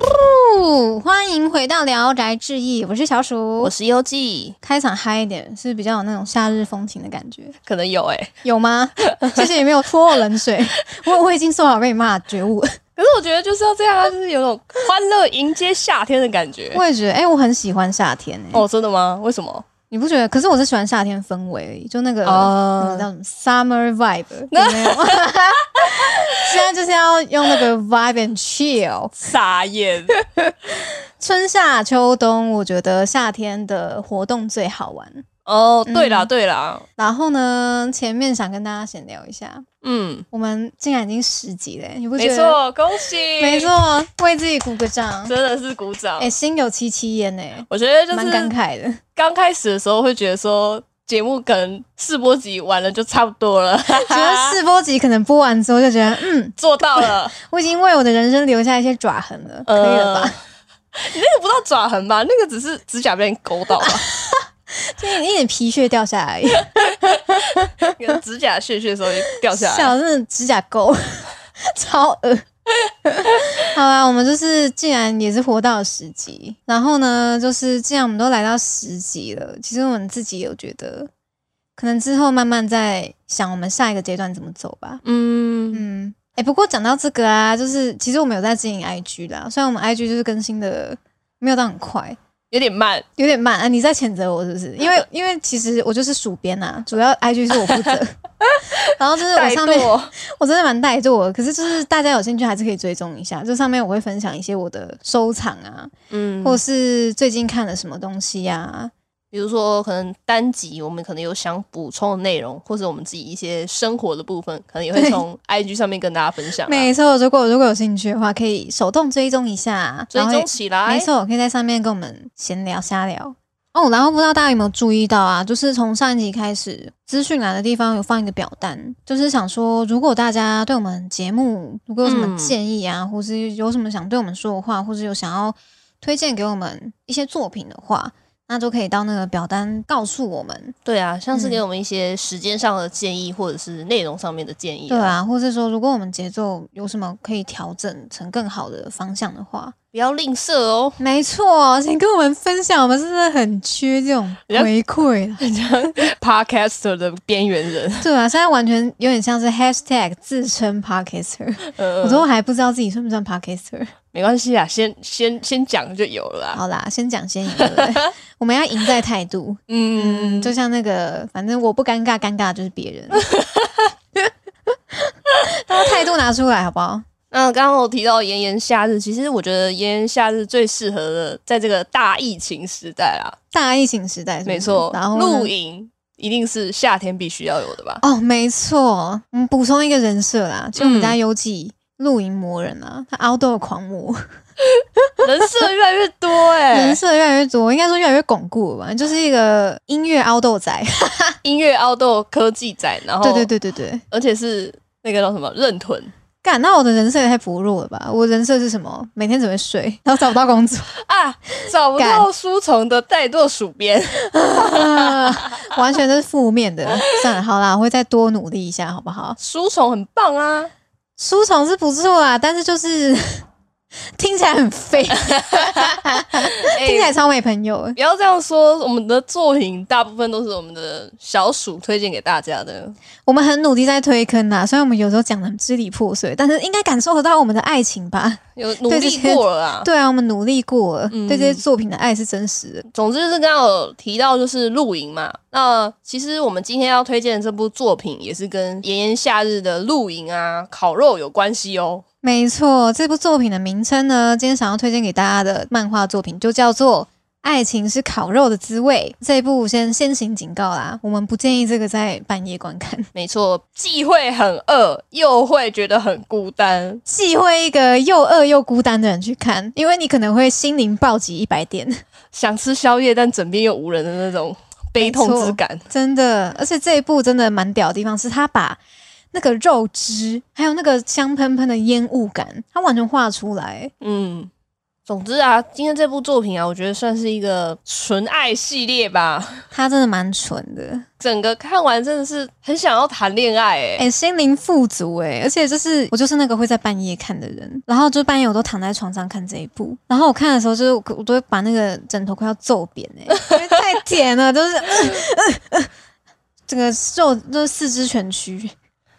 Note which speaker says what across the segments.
Speaker 1: 哦迎回到《聊斋志异》，我是小鼠，
Speaker 2: 我是优记，
Speaker 1: 开场嗨一点，是比较有那种夏日风情的感觉，
Speaker 2: 可能有哎、
Speaker 1: 有吗？ 谢谢你没有泼我冷水，我我已经受好被你骂的觉悟了。
Speaker 2: 可是我觉得就是要这样啊，就是有种欢乐迎接夏天的感觉。
Speaker 1: 我也觉得，哎、我很喜欢夏天、欸，
Speaker 2: 哦，真的吗？为什么？
Speaker 1: 你不觉得？可是我是喜欢夏天氛围而已，就那个、
Speaker 2: 哦
Speaker 1: 你知道什么 summer vibe 有没有？ 现在就是要用那个 vibe and chill。
Speaker 2: 傻眼。
Speaker 1: 春夏秋冬，我觉得夏天的活动最好玩。
Speaker 2: 哦，
Speaker 1: 嗯
Speaker 2: 对啦，对啦，
Speaker 1: 然后呢，前面想跟大家闲聊一下，
Speaker 2: 嗯，
Speaker 1: 我们竟然已经十集嘞，你不觉得？
Speaker 2: 没错，恭喜，
Speaker 1: 没，错，为自己鼓个掌。
Speaker 2: 真的是鼓掌。
Speaker 1: 哎、心有戚戚焉哎，
Speaker 2: 我觉得就
Speaker 1: 蛮感
Speaker 2: 是
Speaker 1: 慨的。
Speaker 2: 刚开始的时候会觉得说。节目可能试播集完了就差不多了，
Speaker 1: 觉得试播集可能播完之后就觉得，嗯，
Speaker 2: 做到了，
Speaker 1: 我已经为我的人生留下一些爪痕了，可以了吧？
Speaker 2: 呃你那个不到爪痕吧？那个只是指甲被人 勾到吧？
Speaker 1: 就是一点皮屑掉下来而已，
Speaker 2: 那个指甲屑屑的时候就掉下来。
Speaker 1: 笑真的指甲垢，超恶。好啦，我们就是既然也是活到了十集，然后呢，就是既然我们都来到十集了，其实我们自己有觉得，可能之后慢慢再想我们下一个阶段怎么走吧。
Speaker 2: 嗯，
Speaker 1: 嗯，哎、不过讲到这个啊，就是其实我们有在经营 IG 啦，虽然我们 IG 就是更新的没有到很快，
Speaker 2: 有点慢，
Speaker 1: 有点慢啊！你在谴责我是不是？因为因为其实我就是属编啊，主要 IG 是我负责。 然后就是我
Speaker 2: 怠
Speaker 1: 上面
Speaker 2: 惰。
Speaker 1: 我真的蛮怠惰的，可是就是大家有兴趣还是可以追踪一下，就上面我会分享一些我的收藏啊，
Speaker 2: 嗯，
Speaker 1: 或是最近看了什么东西啊。
Speaker 2: 比如说可能单集我们可能有想补充的内容，或者我们自己一些生活的部分，可能也会 从 IG 上面跟大家分享啊、
Speaker 1: 没错，如果如果有兴趣的话，可以手动追踪一下，
Speaker 2: 追
Speaker 1: 然后
Speaker 2: 踪起来。
Speaker 1: 没，错，可以在上面跟我们闲聊、瞎聊。哦，然后不知道大家有没有注意到啊？就是从上一集开始，资讯栏的地方有放一个表单，就是想说，如果大家对我们节目如果有什么
Speaker 2: 嗯
Speaker 1: 建议啊，或是有什么想对我们说的话，或是有想要推荐给我们一些作品的话，那就可以到那个表单告诉我们。
Speaker 2: 对啊，像是
Speaker 1: 嗯
Speaker 2: 给我们一些时间上的建议，或者是内容上面的建议、
Speaker 1: 对，啊，或是说，如果我们节奏有什么可以调整成更好的方向的话，
Speaker 2: 不要吝 啬哦。
Speaker 1: 没错，请跟我们分享，我们真的很缺这种
Speaker 2: 人家
Speaker 1: 回馈啊啦
Speaker 2: Podcaster 的边缘人，
Speaker 1: 对啊，现在完全有点像是 hashtag 自称 podcaster，、
Speaker 2: 呃
Speaker 1: 我都还不知道自己算不算 podcaster。
Speaker 2: 没关系啊，先先先讲就有了啊。
Speaker 1: 好啦，先讲先赢，对不 对我们要赢在态度。嗯，
Speaker 2: 嗯，
Speaker 1: 就像那个，反正我不尴尬，尴尬就是别 人。大家态度拿出来好不好？
Speaker 2: 那刚刚我提到炎炎夏日，其实我觉得炎炎夏日最适合的，在这个大疫情时代啦，
Speaker 1: 大疫情时代是不是
Speaker 2: 没错，
Speaker 1: 嗯然后呢
Speaker 2: 露营一定是夏天必须要有的吧？
Speaker 1: 哦，没错，我们补充一个人设啦，就我们
Speaker 2: 嗯
Speaker 1: 家优记露营魔人啊，他 outdoor 狂魔。
Speaker 2: 人设越来越多哎、
Speaker 1: 人设越来越多，应该说越来越巩固了吧，就是一个音乐凹豆仔。
Speaker 2: 音乐凹豆科技仔，然后
Speaker 1: 对对，对对对，
Speaker 2: 而且是那个叫什么认屯
Speaker 1: 干，那我的人设也太薄弱了吧？我人设是什么？每天只会睡，然后找不到工作，
Speaker 2: 啊，找不到书虫的怠惰鼠编，
Speaker 1: 完全都是负面的。算了，好啦，我会再多努力一下，好不好？
Speaker 2: 书虫很棒啊，
Speaker 1: 书虫是不错啦，但是就是 听起来很废，
Speaker 2: 哎
Speaker 1: 听起来超没朋友的。
Speaker 2: 不要这样说，我们的作品大部分都是我们的小鼠推荐给大家的，
Speaker 1: 我们很努力在推坑啦，虽然我们有时候讲的支离破碎，但是应该感受得到我们的爱情吧？
Speaker 2: 有努
Speaker 1: 对这
Speaker 2: 力
Speaker 1: 些
Speaker 2: 过了啊。
Speaker 1: 对啊，我们努力过了，
Speaker 2: 嗯
Speaker 1: 对这些作品的爱是真实的。
Speaker 2: 总之就是刚刚有提到就是露营嘛，那其实我们今天要推荐的这部作品也是跟炎炎夏日的露营啊、烤肉有关系哦。
Speaker 1: 没错，这部作品的名称呢，今天想要推荐给大家的漫画作品就叫做《爱情是烤肉的滋味》。这一部先先行警告啦，我们不建议这个在半夜观看，
Speaker 2: 没错，既会很饿，又会觉得很孤单。
Speaker 1: 忌讳一个又饿又孤单的人去看，因为你可能会心灵暴击一百点，
Speaker 2: 想吃宵夜，但枕边又无人的那种悲痛之感。
Speaker 1: 真的。而且这一部真的蛮屌的地方是，他把那个肉汁还有那个香喷喷的烟雾感，他完全画出来。
Speaker 2: 嗯，总之啊，今天这部作品啊，我觉得算是一个纯爱系列吧。
Speaker 1: 他真的蛮纯的，
Speaker 2: 整个看完真的是很想要谈恋爱、欸，
Speaker 1: 哎、心灵富足哎、而且就是我就是那个会在半夜看的人，然后就半夜我都躺在床上看这一部，然后我看的时候就是我我都会把那个枕头快要揍扁哎、因为太甜了，都、是 这个肉都是四肢全虚，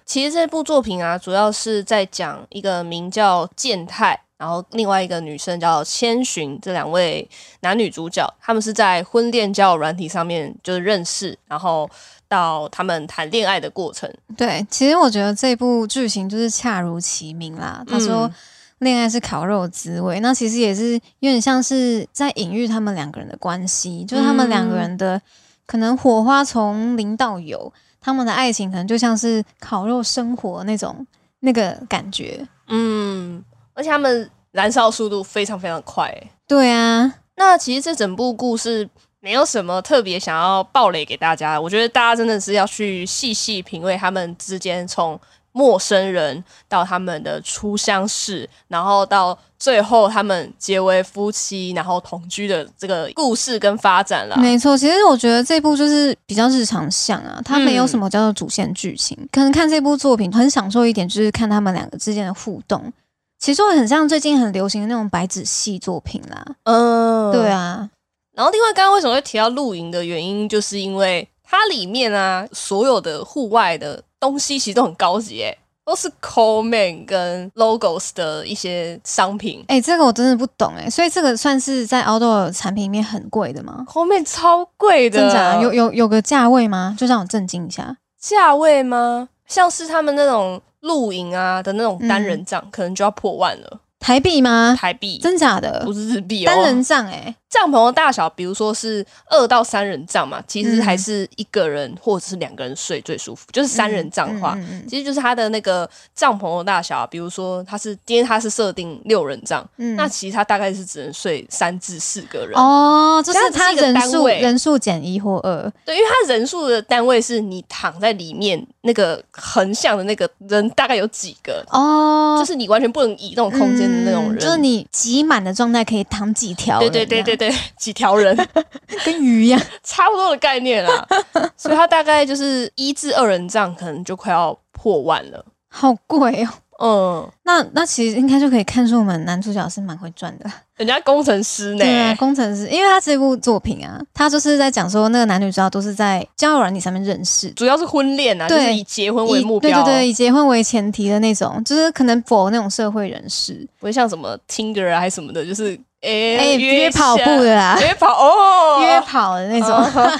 Speaker 2: 其实这部作品啊，主要是在讲一个名叫健太，然后另外一个女生叫千寻，这两位男女主角，他们是在婚恋交友软体上面就是认识，然后到他们谈恋爱的过程。
Speaker 1: 对，其实我觉得这部剧情就是恰如其名啦。他说
Speaker 2: 嗯
Speaker 1: 恋爱是烤肉的滋味，那其实也是有点像是在隐喻他们两个人的关系，就是他们两个人的、可能火花从零到有，他们的爱情可能就像是烤肉生活那种那个感觉。
Speaker 2: 嗯，而且他们燃烧速度非常非常快、欸。
Speaker 1: 对啊，
Speaker 2: 那其实这整部故事没有什么特别想要爆雷给大家，我觉得大家真的是要去细细品味他们之间从陌生人到他们的初相识，然后到最后他们结为夫妻，然后同居的这个故事跟发展啦。
Speaker 1: 没错，其实我觉得这部就是比较日常向啊，它没有什么叫做主线剧情。可能看这部作品很享受一点，就是看他们两个之间的互动。其实我很像最近很流行的那种白纸戏作品啦，
Speaker 2: 嗯
Speaker 1: 对。啊，
Speaker 2: 然后另外，刚刚为什么会提到露营的原因，就是因为它里面啊，所有的户外的东西其实都很高级、欸，都是 Coleman 跟 Logos 的一些商品。
Speaker 1: 哎、这个我真的不懂哎、所以这个算是在 outdoor 产品里面很贵的吗？
Speaker 2: Coleman 超贵的，
Speaker 1: 真假有有有个价位吗？就让我震惊一下。
Speaker 2: 价位吗？像是他们那种露营啊的那种单人帐，可能就要破万了，
Speaker 1: 台币吗？
Speaker 2: 台币，
Speaker 1: 嗯真假的
Speaker 2: 不？是日币哦。
Speaker 1: 单人帐哎、
Speaker 2: 帐篷的大小，比如说是二到三人帐嘛，其实
Speaker 1: 嗯
Speaker 2: 还是一个人或者是两个人睡最舒服，就是三人帐的话。
Speaker 1: 嗯嗯嗯
Speaker 2: 其实就是它的那个帐篷的大小啊，比如说它是今天它是设定六人帐，
Speaker 1: 嗯
Speaker 2: 那其实它大概是只能睡三至四个人。
Speaker 1: 哦，就是
Speaker 2: 这样
Speaker 1: 它
Speaker 2: 是一个
Speaker 1: 人
Speaker 2: 单
Speaker 1: 数
Speaker 2: 位
Speaker 1: 人数减一或二，
Speaker 2: 对，因为它人数的单位是你躺在里面那个横向的那个人大概有几个，
Speaker 1: 哦，
Speaker 2: 就是你完全不能以那种空间的那种
Speaker 1: 嗯
Speaker 2: 人，
Speaker 1: 就是你挤满的状态可以躺几条
Speaker 2: 对
Speaker 1: 人，
Speaker 2: 对对对 对，几条人
Speaker 1: 这样，跟鱼一样。
Speaker 2: 差不多的概念啦。所以它大概就是一至二人帐，可能就快要破万了。
Speaker 1: 好贵哦。
Speaker 2: 嗯，
Speaker 1: 那那其实应该就可以看出我们男主角是蛮会赚的，
Speaker 2: 人家工程师呢？
Speaker 1: 对啊，工程师，因为他这部作品啊，他就是在讲说那个男女主角都是在交友软体上面认识，
Speaker 2: 主要是婚恋啊，就
Speaker 1: 对
Speaker 2: 是以结婚为
Speaker 1: 以
Speaker 2: 目
Speaker 1: 对
Speaker 2: 标，
Speaker 1: 对对，以结婚为前提的那种，就是可能否那种社会人士，
Speaker 2: 不会像什么 Tinder 啊，还是什么的，就是诶
Speaker 1: 哎、
Speaker 2: 约
Speaker 1: 约
Speaker 2: 一下
Speaker 1: 跑步的啦，
Speaker 2: 约跑哦，
Speaker 1: 约跑的那种。
Speaker 2: 哦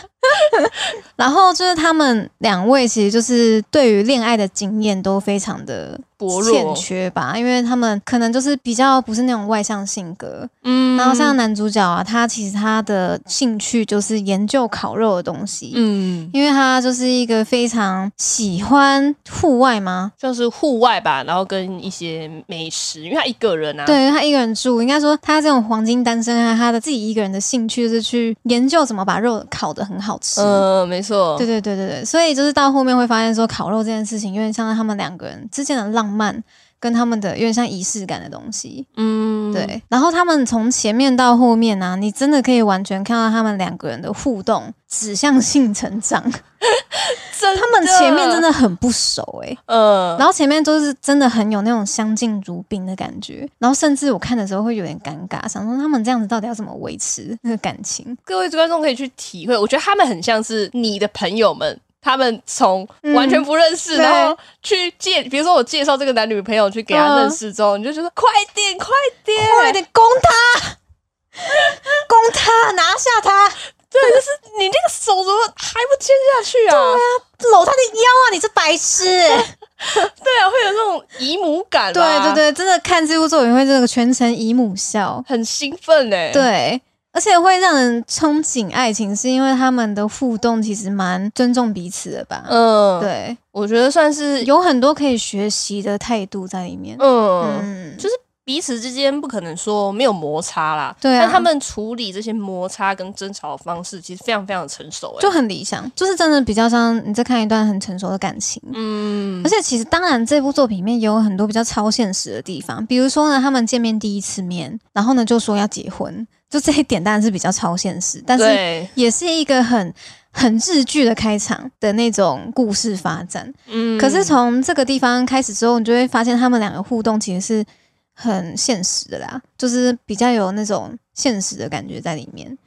Speaker 1: 然后就是他们两位其实就是对于恋爱的经验都非常的
Speaker 2: 薄
Speaker 1: 欠
Speaker 2: 弱，
Speaker 1: 缺吧，因为他们可能就是比较不是那种外向性格。
Speaker 2: 嗯
Speaker 1: 然后像男主角啊，他其实他的兴趣就是研究烤肉的东西。
Speaker 2: 嗯，
Speaker 1: 因为他就是一个非常喜欢户外吗？
Speaker 2: 像是户外吧，然后跟一些美食，因为他一个人啊，，
Speaker 1: 对他一个人住，应该说他这种黄金单身啊，他的自己一个人的兴趣就是去研究怎么把肉烤得很好吃。
Speaker 2: 呃，没错，
Speaker 1: 对对对对对，所以就是到后面会发现说，烤肉这件事情有点像他们两个人之间的浪漫，跟他们的有点像仪式感的东西。
Speaker 2: 嗯，
Speaker 1: 对，，然后他们从前面到后面啊，你真的可以完全看到他们两个人的互动指向性成长。
Speaker 2: 真
Speaker 1: 他们前面真
Speaker 2: 的，
Speaker 1: 的很不熟欸诶、
Speaker 2: 呃，
Speaker 1: 然后前面都是真的很有那种相敬如宾的感觉，然后甚至我看的时候会有点尴尬，想说他们这样子到底要怎么维持那个感 情？
Speaker 2: 各位观众可以去体会，我觉得他们很像是你的朋友们。他们从完全不认识，
Speaker 1: 嗯
Speaker 2: 然后去介，比如说我介绍这个男女朋友去给
Speaker 1: 嗯
Speaker 2: 他认识之后，你就觉得快点，快点，
Speaker 1: 快点攻他， 攻他，拿下他！
Speaker 2: 你那个手怎么还不牵下去啊？
Speaker 1: 搂他的腰啊！你这白痴！
Speaker 2: 对啊，会有那种姨母感、啊。
Speaker 1: 对对，对，真的看这部作品会这个全程姨母笑，
Speaker 2: 很兴奋哎、，
Speaker 1: 对，而且会让人憧憬爱情，是因为他们的互动其实蛮尊重彼此的吧？
Speaker 2: 嗯，，
Speaker 1: 对，
Speaker 2: 我觉得算是
Speaker 1: 有很多可以学习的态度在里面。
Speaker 2: 嗯，
Speaker 1: 嗯，
Speaker 2: 就彼此之间不可能说没有摩擦啦，
Speaker 1: 对啊
Speaker 2: 但他们处理这些摩擦跟争吵的方式，其实非常非常成熟、欸，
Speaker 1: 就很理想，就是真的比较像你在看一段很成熟的感情。
Speaker 2: 嗯
Speaker 1: 而，且其实，当然，这部作品里面也有很多比较超现实的地方，比如说呢，他们见面第一次面，然后呢就说要结婚，就这一点当然是比较超现实，但是
Speaker 2: 对，
Speaker 1: 也是一个很很日剧的开场的那种故事发展。
Speaker 2: 嗯
Speaker 1: 可是从这个地方开始之后，你就会发现他们两个互动其实是很现实的啦，就是比较有那种现实的感觉在里面。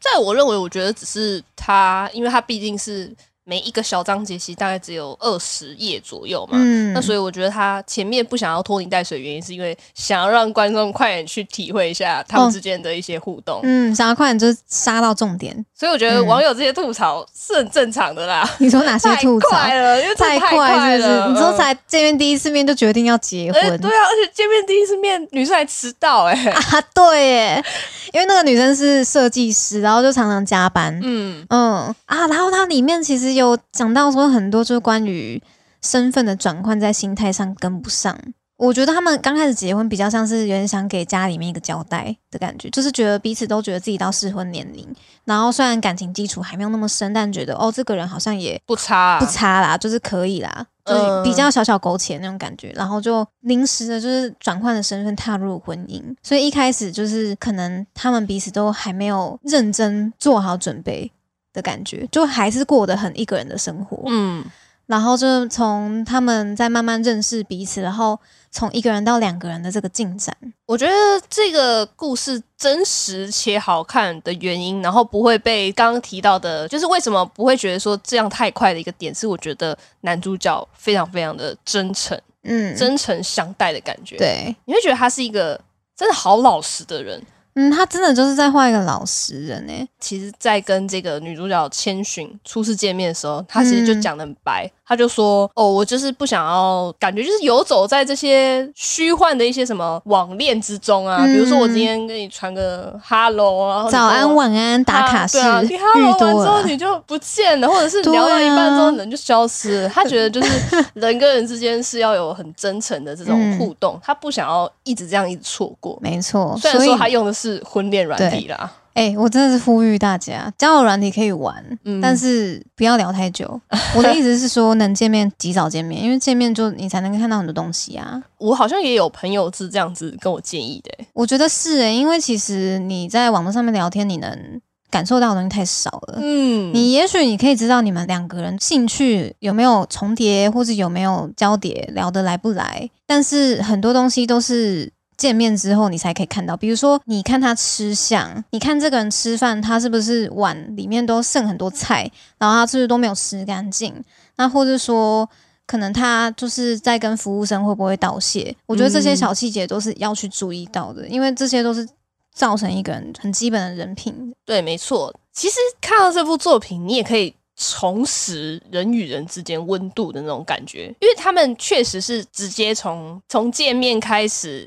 Speaker 2: 在我认为，我觉得只是他，因为他毕竟是每一个小章节其实大概只有二十页左右嘛。
Speaker 1: 嗯，
Speaker 2: 那所
Speaker 1: 以
Speaker 2: 以我觉得他前面不想要拖泥带水，原因是因为想要让观众快点去体会一下他们
Speaker 1: 哦
Speaker 2: 之间的一些互动，
Speaker 1: 嗯，想要快点就杀到重点。
Speaker 2: 所以我觉得
Speaker 1: 嗯
Speaker 2: 网友这些吐槽是很正常的啦。
Speaker 1: 你说哪些吐槽？
Speaker 2: 太快了，因为真的
Speaker 1: 太
Speaker 2: 太
Speaker 1: 快是不
Speaker 2: 了，
Speaker 1: 是？你说
Speaker 2: 嗯
Speaker 1: 才见面第一次面就决定要结
Speaker 2: 哎、
Speaker 1: 婚、
Speaker 2: 对啊，而且见面第一次面，女生还迟到哎、
Speaker 1: 啊？对耶，因为那个女生是设计师，然后就常常加班。嗯
Speaker 2: 嗯，
Speaker 1: 啊，然后它里面其实有讲到说很多就是关于身份的转换，在心态上跟不上。我觉得他们刚开始结婚比较像是有点想给家里面一个交代的感觉，就是觉得彼此都觉得自己到适婚年龄，然后虽然感情基础还没有那么深，但觉得哦这个人好像也
Speaker 2: 不差啊、
Speaker 1: 不差啦，就是可以啦，就是
Speaker 2: 嗯
Speaker 1: 比较小小苟且那种感觉，然后就临时的，就是转换了身份踏入婚姻，所以一开始就是可能他们彼此都还没有认真做好准备的感觉，就还是过得很一个人的生活，
Speaker 2: 嗯，
Speaker 1: 然后就从他们在慢慢认识彼此，然后从一个人到两个人的这个进展，
Speaker 2: 我觉得这个故事真实且好看的原因，然后不会被刚刚提到的，就是为什么不会觉得说这样太快的一个点，是我觉得男主角非常非常的真诚，
Speaker 1: 嗯，
Speaker 2: 真诚相待的感觉。，
Speaker 1: 对，
Speaker 2: 你会觉得他是一个真的好老实的人。
Speaker 1: 嗯，他真的就是在画一个老实人欸诶、
Speaker 2: 其实，在跟这个女主角千寻初次见面的时候，她其实就
Speaker 1: 嗯
Speaker 2: 讲的很白，她就说：“哦，我就是不想要，感觉就是游走在这些虚幻的一些什么网恋之中啊。比如说，我今天跟你传个 hello，然后
Speaker 1: 嗯
Speaker 2: 你哦
Speaker 1: 早
Speaker 2: 跟
Speaker 1: 安
Speaker 2: 我
Speaker 1: 晚安打卡式，
Speaker 2: 对啊，你 hello
Speaker 1: 遇
Speaker 2: 完
Speaker 1: 多
Speaker 2: 之后
Speaker 1: 了。
Speaker 2: 你就不见了，或者是
Speaker 1: 对啊
Speaker 2: 聊到一半之后人就消失了。她觉得就是人跟人之间是要有很真诚的这种
Speaker 1: 嗯
Speaker 2: 互动，她不想要一直这样一直错过。
Speaker 1: 没错，
Speaker 2: 虽然
Speaker 1: 所以
Speaker 2: 说她用的是婚恋软体啦。”
Speaker 1: 哎、我真的是呼吁大家，交友软体可以玩，
Speaker 2: 嗯
Speaker 1: 但是不要聊太久。我的意思是说，能见面及早见面，因为见面就你才能看到很多东西啊。
Speaker 2: 我好像也有朋友是这样子跟我建议的、欸
Speaker 1: 我觉得是诶、因为其实你在网络上面聊天，你能感受到的东西太少了。
Speaker 2: 嗯
Speaker 1: 你也许你可以知道你们两个人兴趣有没有重叠，或是有没有交叠，聊得来不来。但是很多东西都是见面之后你才可以看到，比如说你看他吃相，你看这个人吃饭，他是不是碗里面都剩很多菜，然后他是不是都没有吃干净？那或者说。可能他就是在跟服务生会不会道谢，我觉得这些
Speaker 2: 嗯
Speaker 1: 小细节都是要去注意到的，因为这些都是造成一个人很基本的人品。
Speaker 2: 对，没错。其实看到这部作品，你也可以重拾人与人之间温度的那种感觉，因为他们确实是直接从从见面开始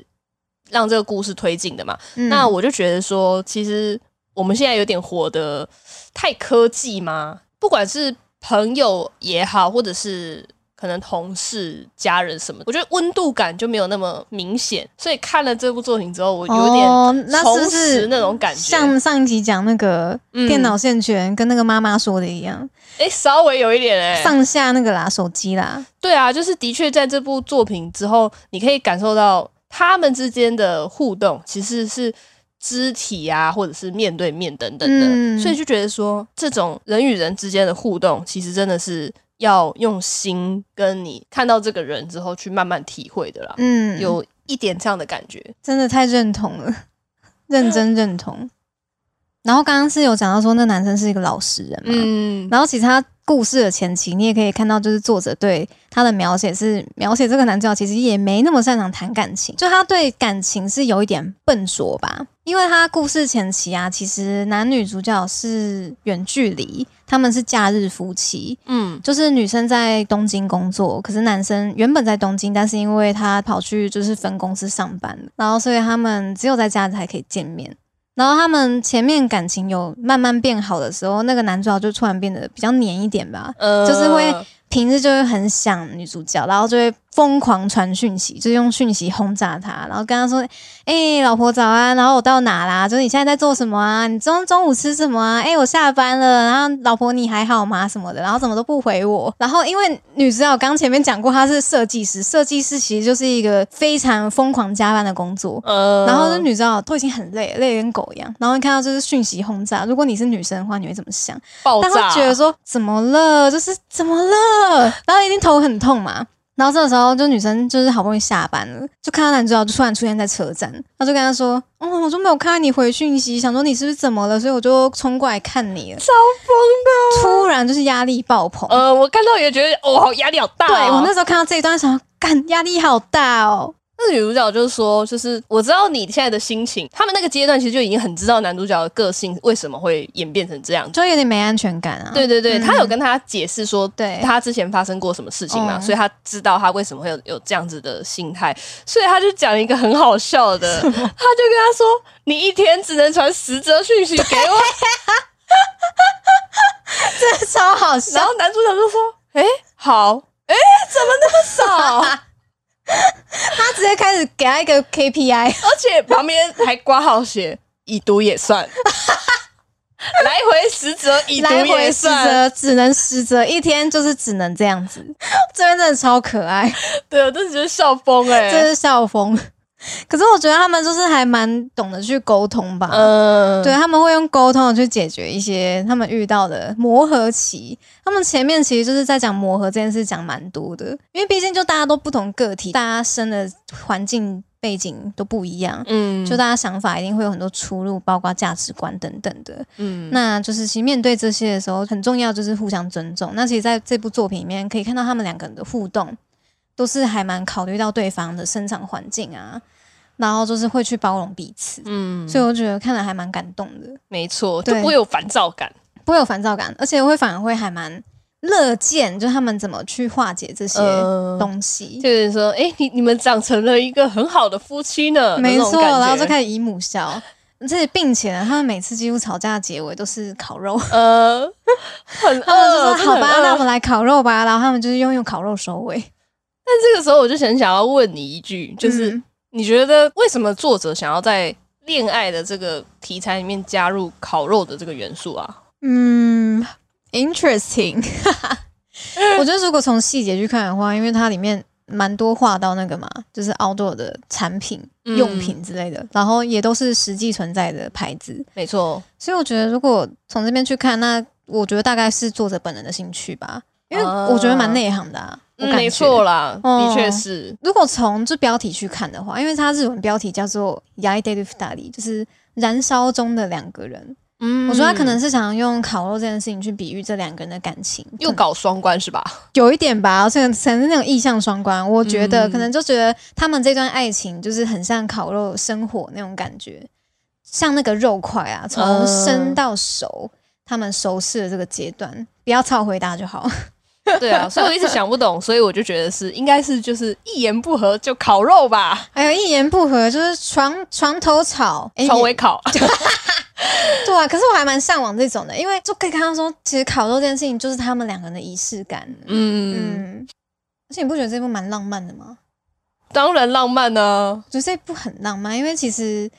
Speaker 2: 让这个故事推进的嘛。
Speaker 1: 嗯
Speaker 2: 那我就觉得说，其实我们现在有点活得太科技吗？不管是朋友也好，或者是可能同事、家人什么的，我觉得温度感就没有那么明显。所以看了这部作品之后，我有点
Speaker 1: 哦那是不
Speaker 2: 重拾
Speaker 1: 是
Speaker 2: 那种感觉，
Speaker 1: 像上一集讲那个
Speaker 2: 嗯
Speaker 1: 电脑线圈跟那个妈妈说的一样，
Speaker 2: 哎、稍微有一点哎、
Speaker 1: 上下那个啦，手机啦，
Speaker 2: 对啊，就是的确在这部作品之后，你可以感受到他们之间的互动其实是肢体啊，或者是面对面等等的，
Speaker 1: 嗯
Speaker 2: 所以就觉得说，这种人与人之间的互动，其实真的是要用心跟你看到这个人之后去慢慢体会的啦，
Speaker 1: 嗯，
Speaker 2: 有一点这样的感觉。
Speaker 1: 真的太认同了，认真认同。然后刚刚是有讲到说那男生是一个老实人嘛，
Speaker 2: 嗯，
Speaker 1: 然后其实他故事的前期你也可以看到，就是作者对他的描写是描写这个男主角其实也没那么擅长谈感情，就他对感情是有一点笨拙吧。因为他故事前期啊，其实男女主角是远距离，他们是假日夫妻，
Speaker 2: 嗯，
Speaker 1: 就是女生在东京工作，可是男生原本在东京，但是因为他跑去就是分公司上班了，然后所以他们只有在家才可以见面。然后他们前面感情有慢慢变好的时候，那个男主角就突然变得比较黏一点吧，
Speaker 2: 呃
Speaker 1: 就是会平日就会很想女主角，然后就会疯狂传讯息，就是用讯息轰炸他，然后跟他说：“哎、老婆早安，然后我到哪啦？就是你现在在做什么啊？你中中午吃什么啊？哎、我下班了，然后老婆你还好吗？什么的，然后怎么都不回我。然后因为女指导刚前面讲过，她是设计师，设计师其实就是一个非常疯狂加班的工作。
Speaker 2: 呃，
Speaker 1: 然后那女指导都已经很累，累得跟狗一样。然后你看到就是讯息轰炸，如果你是女生的话，你会怎么想？
Speaker 2: 爆
Speaker 1: 但会
Speaker 2: 炸，
Speaker 1: 觉得说怎么了，就是怎么了，然后一定头很痛嘛。然后这个时候，就女生就是好不容易下班了，就看到男主角就突然出现在车站，她就跟他说：“哦，我就没有看到你回讯息，想说你是不是怎么了，所以我就冲过来看你了。
Speaker 2: 超疯的。”
Speaker 1: 突然就是压力爆棚。
Speaker 2: 呃，我看到也觉得哦，好压力好大、哦。
Speaker 1: 对我那时候看到这一段，想说干压力好大哦。
Speaker 2: 那女主角就说，就是我知道你现在的心情，他们那个阶段其实就已经很知道男主角的个性为什么会演变成这样。
Speaker 1: 就有点没安全感啊。
Speaker 2: 对对对，
Speaker 1: 嗯
Speaker 2: 他有跟他解释说，
Speaker 1: 对
Speaker 2: 他之前发生过什么事情嘛，
Speaker 1: 嗯
Speaker 2: 所以他知道他为什么会有有这样子的心态，所以他就讲一个很好笑的，他就跟他说：“你一天只能传十则讯息给
Speaker 1: 啊
Speaker 2: 我。
Speaker 1: 这超好”笑
Speaker 2: 然。后男主角就说：“哎、好，哎、怎么那么少？
Speaker 1: 他直接开始给他一个 KPI，
Speaker 2: 而且旁边还挂号写已读 也算。”来回十则，已读
Speaker 1: 来
Speaker 2: 也
Speaker 1: 回十
Speaker 2: 算。
Speaker 1: 折，只能十折，一天就是只能这样子。这边真的超可爱，
Speaker 2: 对，我真的觉得笑疯哎、
Speaker 1: 真是笑疯。可是我觉得他们就是还蛮懂得去沟通吧，
Speaker 2: 嗯，
Speaker 1: 对，他啊们会用沟通的去解决一些他们遇到的磨合期。他们前面其实就是在讲磨合这件事，讲蛮多的，因为毕竟就大家都不同个体，大家生的环境背景都不一样，
Speaker 2: 嗯，
Speaker 1: 就大家想法一定会有很多出入，包括价值观等等的。
Speaker 2: 嗯，
Speaker 1: 那就是其实面对这些的时候，很重要就是互相尊重。那其实在这部作品里面可以看到他们两个人的互动，都是还蛮考虑到对方的生长环境啊，然后就是会去包容彼此。
Speaker 2: 嗯，
Speaker 1: 所以我觉得看了还蛮感动的，
Speaker 2: 没错，就
Speaker 1: 对
Speaker 2: 不会有烦躁感。
Speaker 1: 不会有烦躁感，而且会反而会还蛮乐见，就他们怎么去化解这些
Speaker 2: 嗯
Speaker 1: 东西。
Speaker 2: 就是说，哎、你你们长成了一个很好的夫妻呢，
Speaker 1: 没
Speaker 2: 那种
Speaker 1: 错，
Speaker 2: 感觉
Speaker 1: 然后就开始以母孝。而且，并且呢，他们每次几乎吵架的结尾都是烤肉，
Speaker 2: 呃，很
Speaker 1: 他们就
Speaker 2: 饿，
Speaker 1: 呃说：“好吧，
Speaker 2: 真的呃嗯
Speaker 1: 那
Speaker 2: 很
Speaker 1: 我
Speaker 2: 饿
Speaker 1: 们来烤肉吧。”然后他们就是用用烤肉哎收尾。
Speaker 2: 但这个时候我就很想要问你一句，就是、
Speaker 1: 嗯
Speaker 2: 你觉得为什么作者想要在恋爱的这个题材里面加入烤肉的这个元素啊？
Speaker 1: 嗯，interesting 。 我觉得如果从细节去看的话，因为它里面蛮多画到那个嘛，就是 outdoor 的产品、
Speaker 2: 嗯
Speaker 1: 用品之类的，然后也都是实际存在的牌子，
Speaker 2: 没错，
Speaker 1: 所以我觉得如果从这边去看，那我觉得大概是作者本人的兴趣吧，因为
Speaker 2: 啊
Speaker 1: 我觉得蛮内行的、啊，我
Speaker 2: 嗯
Speaker 1: 感
Speaker 2: 没
Speaker 1: 觉
Speaker 2: 错。啦，
Speaker 1: 哦
Speaker 2: 的确是，
Speaker 1: 如果从这标题去看的话，因为它日文标题叫做《y a i d e u f t a r i 就是燃烧中的两个人。
Speaker 2: 嗯
Speaker 1: 我觉得他可 能是想用烤肉这件事情去比喻这两个人的感情，
Speaker 2: 又
Speaker 1: 可能
Speaker 2: 搞双关是吧？
Speaker 1: 有一点吧，而且可能是那种意象双关。我觉得、
Speaker 2: 嗯
Speaker 1: 可能就觉得他们这段爱情就是很像烤肉生火那种感觉，像那个肉块啊，从
Speaker 2: 嗯
Speaker 1: 生到熟，他们熟识的这个阶段，不要操回答就好。
Speaker 2: 对啊，所以我一直想不懂，所以我就觉得是应该是就是一言不合就烤肉吧，
Speaker 1: 还有一言不合就是床床头吵，哎诶
Speaker 2: 床尾烤。
Speaker 1: 对啊，可是我还蛮向往这种的，因为就可以看到说，其实烤肉这件事情就是他们两个人的仪式感。
Speaker 2: 嗯，
Speaker 1: 嗯，而且你不觉得这部蛮浪漫的吗？
Speaker 2: 当然浪漫啊呢、
Speaker 1: 我觉得这一部很浪漫，因为其实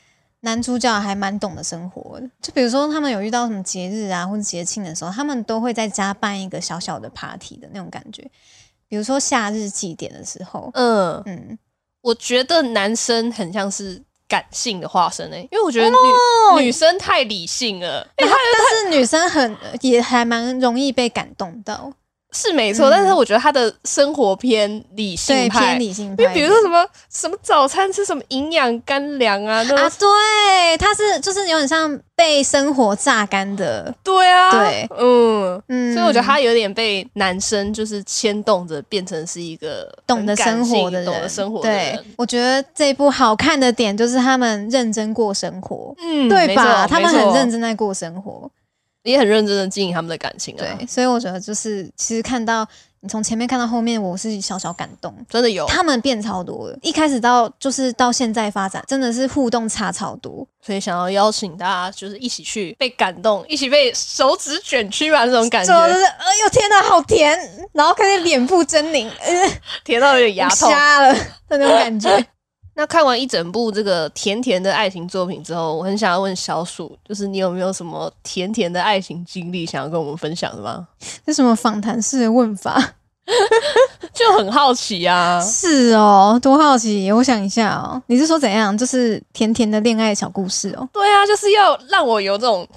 Speaker 1: 男主角还蛮懂得生活的。就比如说他们有遇到什么节日啊或者节庆的时候，他们都会在家办一个小小的 party 的那种感觉。比如说夏日祭典的时候，
Speaker 2: 嗯，
Speaker 1: 嗯，
Speaker 2: 我觉得男生很像是感性的化身诶、欸因为我觉得女、女生太理性了，
Speaker 1: 然后但是女生很也还蛮容易被感动到，
Speaker 2: 是没错，
Speaker 1: 嗯
Speaker 2: 但是我觉得她的生活偏理性
Speaker 1: 对
Speaker 2: 派
Speaker 1: 偏。理性派
Speaker 2: 因
Speaker 1: 一
Speaker 2: 为比
Speaker 1: 点。
Speaker 2: 如说什么什么早餐吃什么营养干粮啊，那种、
Speaker 1: 啊，对，他是就是有点像被生活榨干的，
Speaker 2: 对啊，
Speaker 1: 对，
Speaker 2: 嗯，
Speaker 1: 嗯，
Speaker 2: 所以我觉得他有点被男生就是牵动着，变成是一个
Speaker 1: 懂得
Speaker 2: 很感
Speaker 1: 生活的
Speaker 2: 性
Speaker 1: 人，
Speaker 2: 懂得生活的
Speaker 1: 对
Speaker 2: 人。，
Speaker 1: 我觉得这一部好看的点就是他们认真过生活，
Speaker 2: 嗯，
Speaker 1: 对吧？
Speaker 2: 没错
Speaker 1: 他们
Speaker 2: 没
Speaker 1: 很
Speaker 2: 错
Speaker 1: 认真在过生活，
Speaker 2: 也很认真的经营他们的感情啊。
Speaker 1: 对，所以我觉得就是其实看到你从前面看到后面，我是小小感动。
Speaker 2: 真的有，
Speaker 1: 他们变超多了，一开始到就是到现在发展，真的是互动差超多。
Speaker 2: 所以想要邀请大家就是一起去被感动，一起被手指卷曲吧那种感
Speaker 1: 最后就
Speaker 2: 觉，
Speaker 1: 是，哎呦天哪，好甜！然后开始脸部狰狞，呃
Speaker 2: 甜到有点牙痛。
Speaker 1: 瞎了的那种感觉。
Speaker 2: 那看完一整部这个甜甜的爱情作品之后，我很想要问小鼠，就是你有没有什么甜甜的爱情经历想要跟我们分享的吗？
Speaker 1: 这什么访谈式的问法？
Speaker 2: 就很好奇啊，
Speaker 1: 是哦，多好奇！我想一下哦，你是说怎样？就是甜甜的恋爱小故事哦。
Speaker 2: 对啊，就是要让我有这种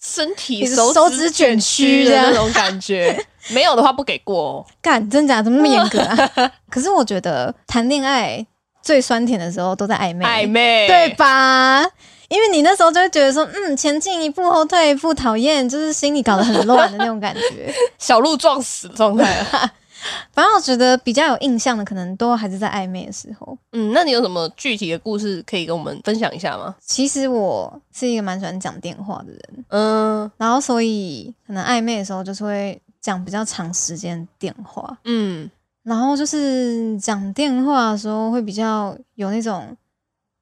Speaker 2: 身体
Speaker 1: 你是
Speaker 2: 手
Speaker 1: 手
Speaker 2: 指
Speaker 1: 指
Speaker 2: 卷
Speaker 1: 卷曲
Speaker 2: 曲的
Speaker 1: 的
Speaker 2: 那种感觉， 没有的话不给过、哦。
Speaker 1: 干，真假怎么那么严格啊？可是我觉得谈恋爱最酸甜的时候都在暧昧，
Speaker 2: 暧昧，
Speaker 1: 对吧？因为你那时候就会觉得说，嗯，前进一步，后退一步，讨厌，就是心里搞得很乱的那种感觉。
Speaker 2: 小鹿撞死的状 态啊。
Speaker 1: 反正我觉得比较有印象的，可能都还是在暧昧的时候。
Speaker 2: 嗯，那你有什么具体的故事可以跟我们分享一下吗？
Speaker 1: 其实我是一个蛮喜欢讲电话的人，
Speaker 2: 嗯
Speaker 1: 然后所以可能暧昧的时候就是会讲比较长时间的电话，
Speaker 2: 嗯，
Speaker 1: 然后就是讲电话的时候会比较有那种